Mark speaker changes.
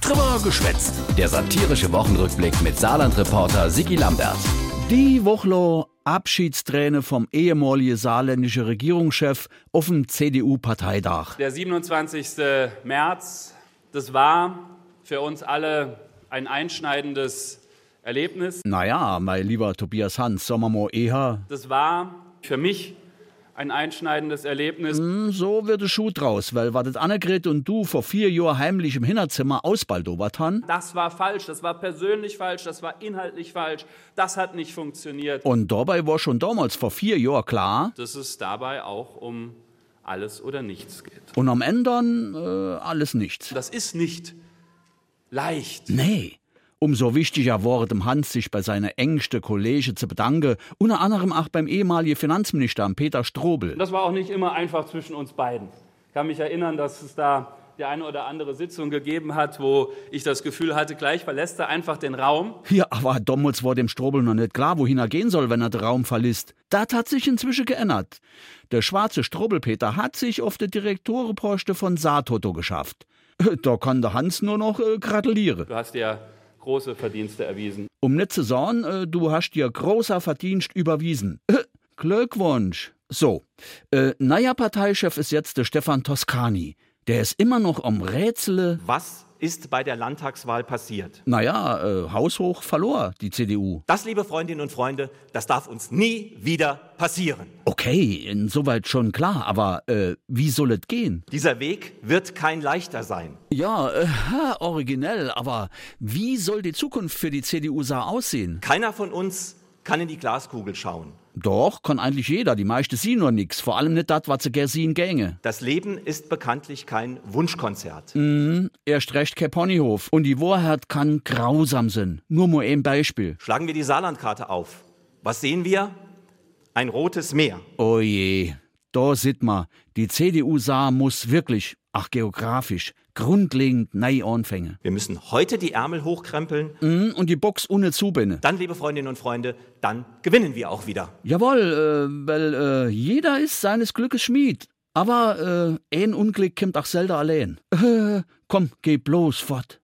Speaker 1: Trimmer geschwätzt. Der satirische Wochenrückblick mit Saarland-Reporter Sigi Lambert.
Speaker 2: Die Wochlo Abschiedsträne vom ehemaligen saarländischen Regierungschef auf dem CDU-Parteitag.
Speaker 3: Der 27. März, das war für uns alle ein einschneidendes Erlebnis.
Speaker 2: Naja, mein lieber Tobias Hans, sommer mo eher.
Speaker 3: Das war für mich ein einschneidendes Erlebnis.
Speaker 2: Hm, So wird der Schuh draus, weil wartet Annegret und du vor vier Jahren heimlich im Hinterzimmer ausbaldobert han.
Speaker 3: Das war falsch, das war persönlich falsch, das war inhaltlich falsch, das hat nicht funktioniert.
Speaker 2: Und dabei war schon damals vor vier Jahren klar.
Speaker 3: Dass es dabei auch um alles oder nichts geht.
Speaker 2: Und am Ende äh, alles nichts.
Speaker 3: Das ist nicht leicht.
Speaker 2: Nee. Umso wichtiger war dem Hans, sich bei seiner engsten Kollegen zu bedanken, unter anderem auch beim ehemaligen Finanzminister Peter Strobel.
Speaker 3: Das war auch nicht immer einfach zwischen uns beiden. Ich kann mich erinnern, dass es da die eine oder andere Sitzung gegeben hat, wo ich das Gefühl hatte, gleich verlässt er einfach den Raum.
Speaker 2: Ja, aber damals war dem Strobel noch nicht klar, wohin er gehen soll, wenn er den Raum verlässt. Das hat sich inzwischen geändert. Der schwarze Strobelpeter hat sich auf der Direktorenposte von Saartoto geschafft. Äh, Da kann der Hans nur noch äh, gratulieren.
Speaker 3: Du hast dir große Verdienste erwiesen.
Speaker 2: Um nicht zu sagen, äh, du hast dir großer Verdienst überwiesen. Äh, Glückwunsch. So, äh, neuer Parteichef ist jetzt der Stefan Toscani. Der ist immer noch am Rätsele.
Speaker 4: Was ist bei der Landtagswahl passiert?
Speaker 2: Naja, äh, haushoch verlor die CDU.
Speaker 4: Das, liebe Freundinnen und Freunde, das darf uns nie wieder passieren.
Speaker 2: Okay, insoweit schon klar, aber äh, wie soll es gehen?
Speaker 4: Dieser Weg wird kein leichter sein.
Speaker 2: Ja, äh, ha, originell, aber wie soll die Zukunft für die CDU Saar aussehen?
Speaker 4: Keiner von uns kann in die Glaskugel schauen.
Speaker 2: Doch, kann eigentlich jeder, die meisten sehen nur nix, vor allem nicht das, was sie gesehen gänge.
Speaker 4: Das Leben ist bekanntlich kein Wunschkonzert.
Speaker 2: Erst recht kein Ponyhof. Und die Wahrheit kann grausam sein. Nur mal ein Beispiel.
Speaker 4: Schlagen wir die Saarlandkarte auf. Was sehen wir? Ein rotes Meer.
Speaker 2: Oh je, da sieht man, die CDU sah muss wirklich, ach geografisch, grundlegend neu anfangen.
Speaker 4: Wir müssen heute die Ärmel hochkrempeln.
Speaker 2: Mhm, Und die Box ohne Zubinde.
Speaker 4: Dann, liebe Freundinnen und Freunde, dann gewinnen wir auch wieder.
Speaker 2: Jawohl, äh, weil äh, jeder ist seines Glückes Schmied. Aber äh, ein Unglück kommt auch selten allein. Äh, komm, geh bloß fort.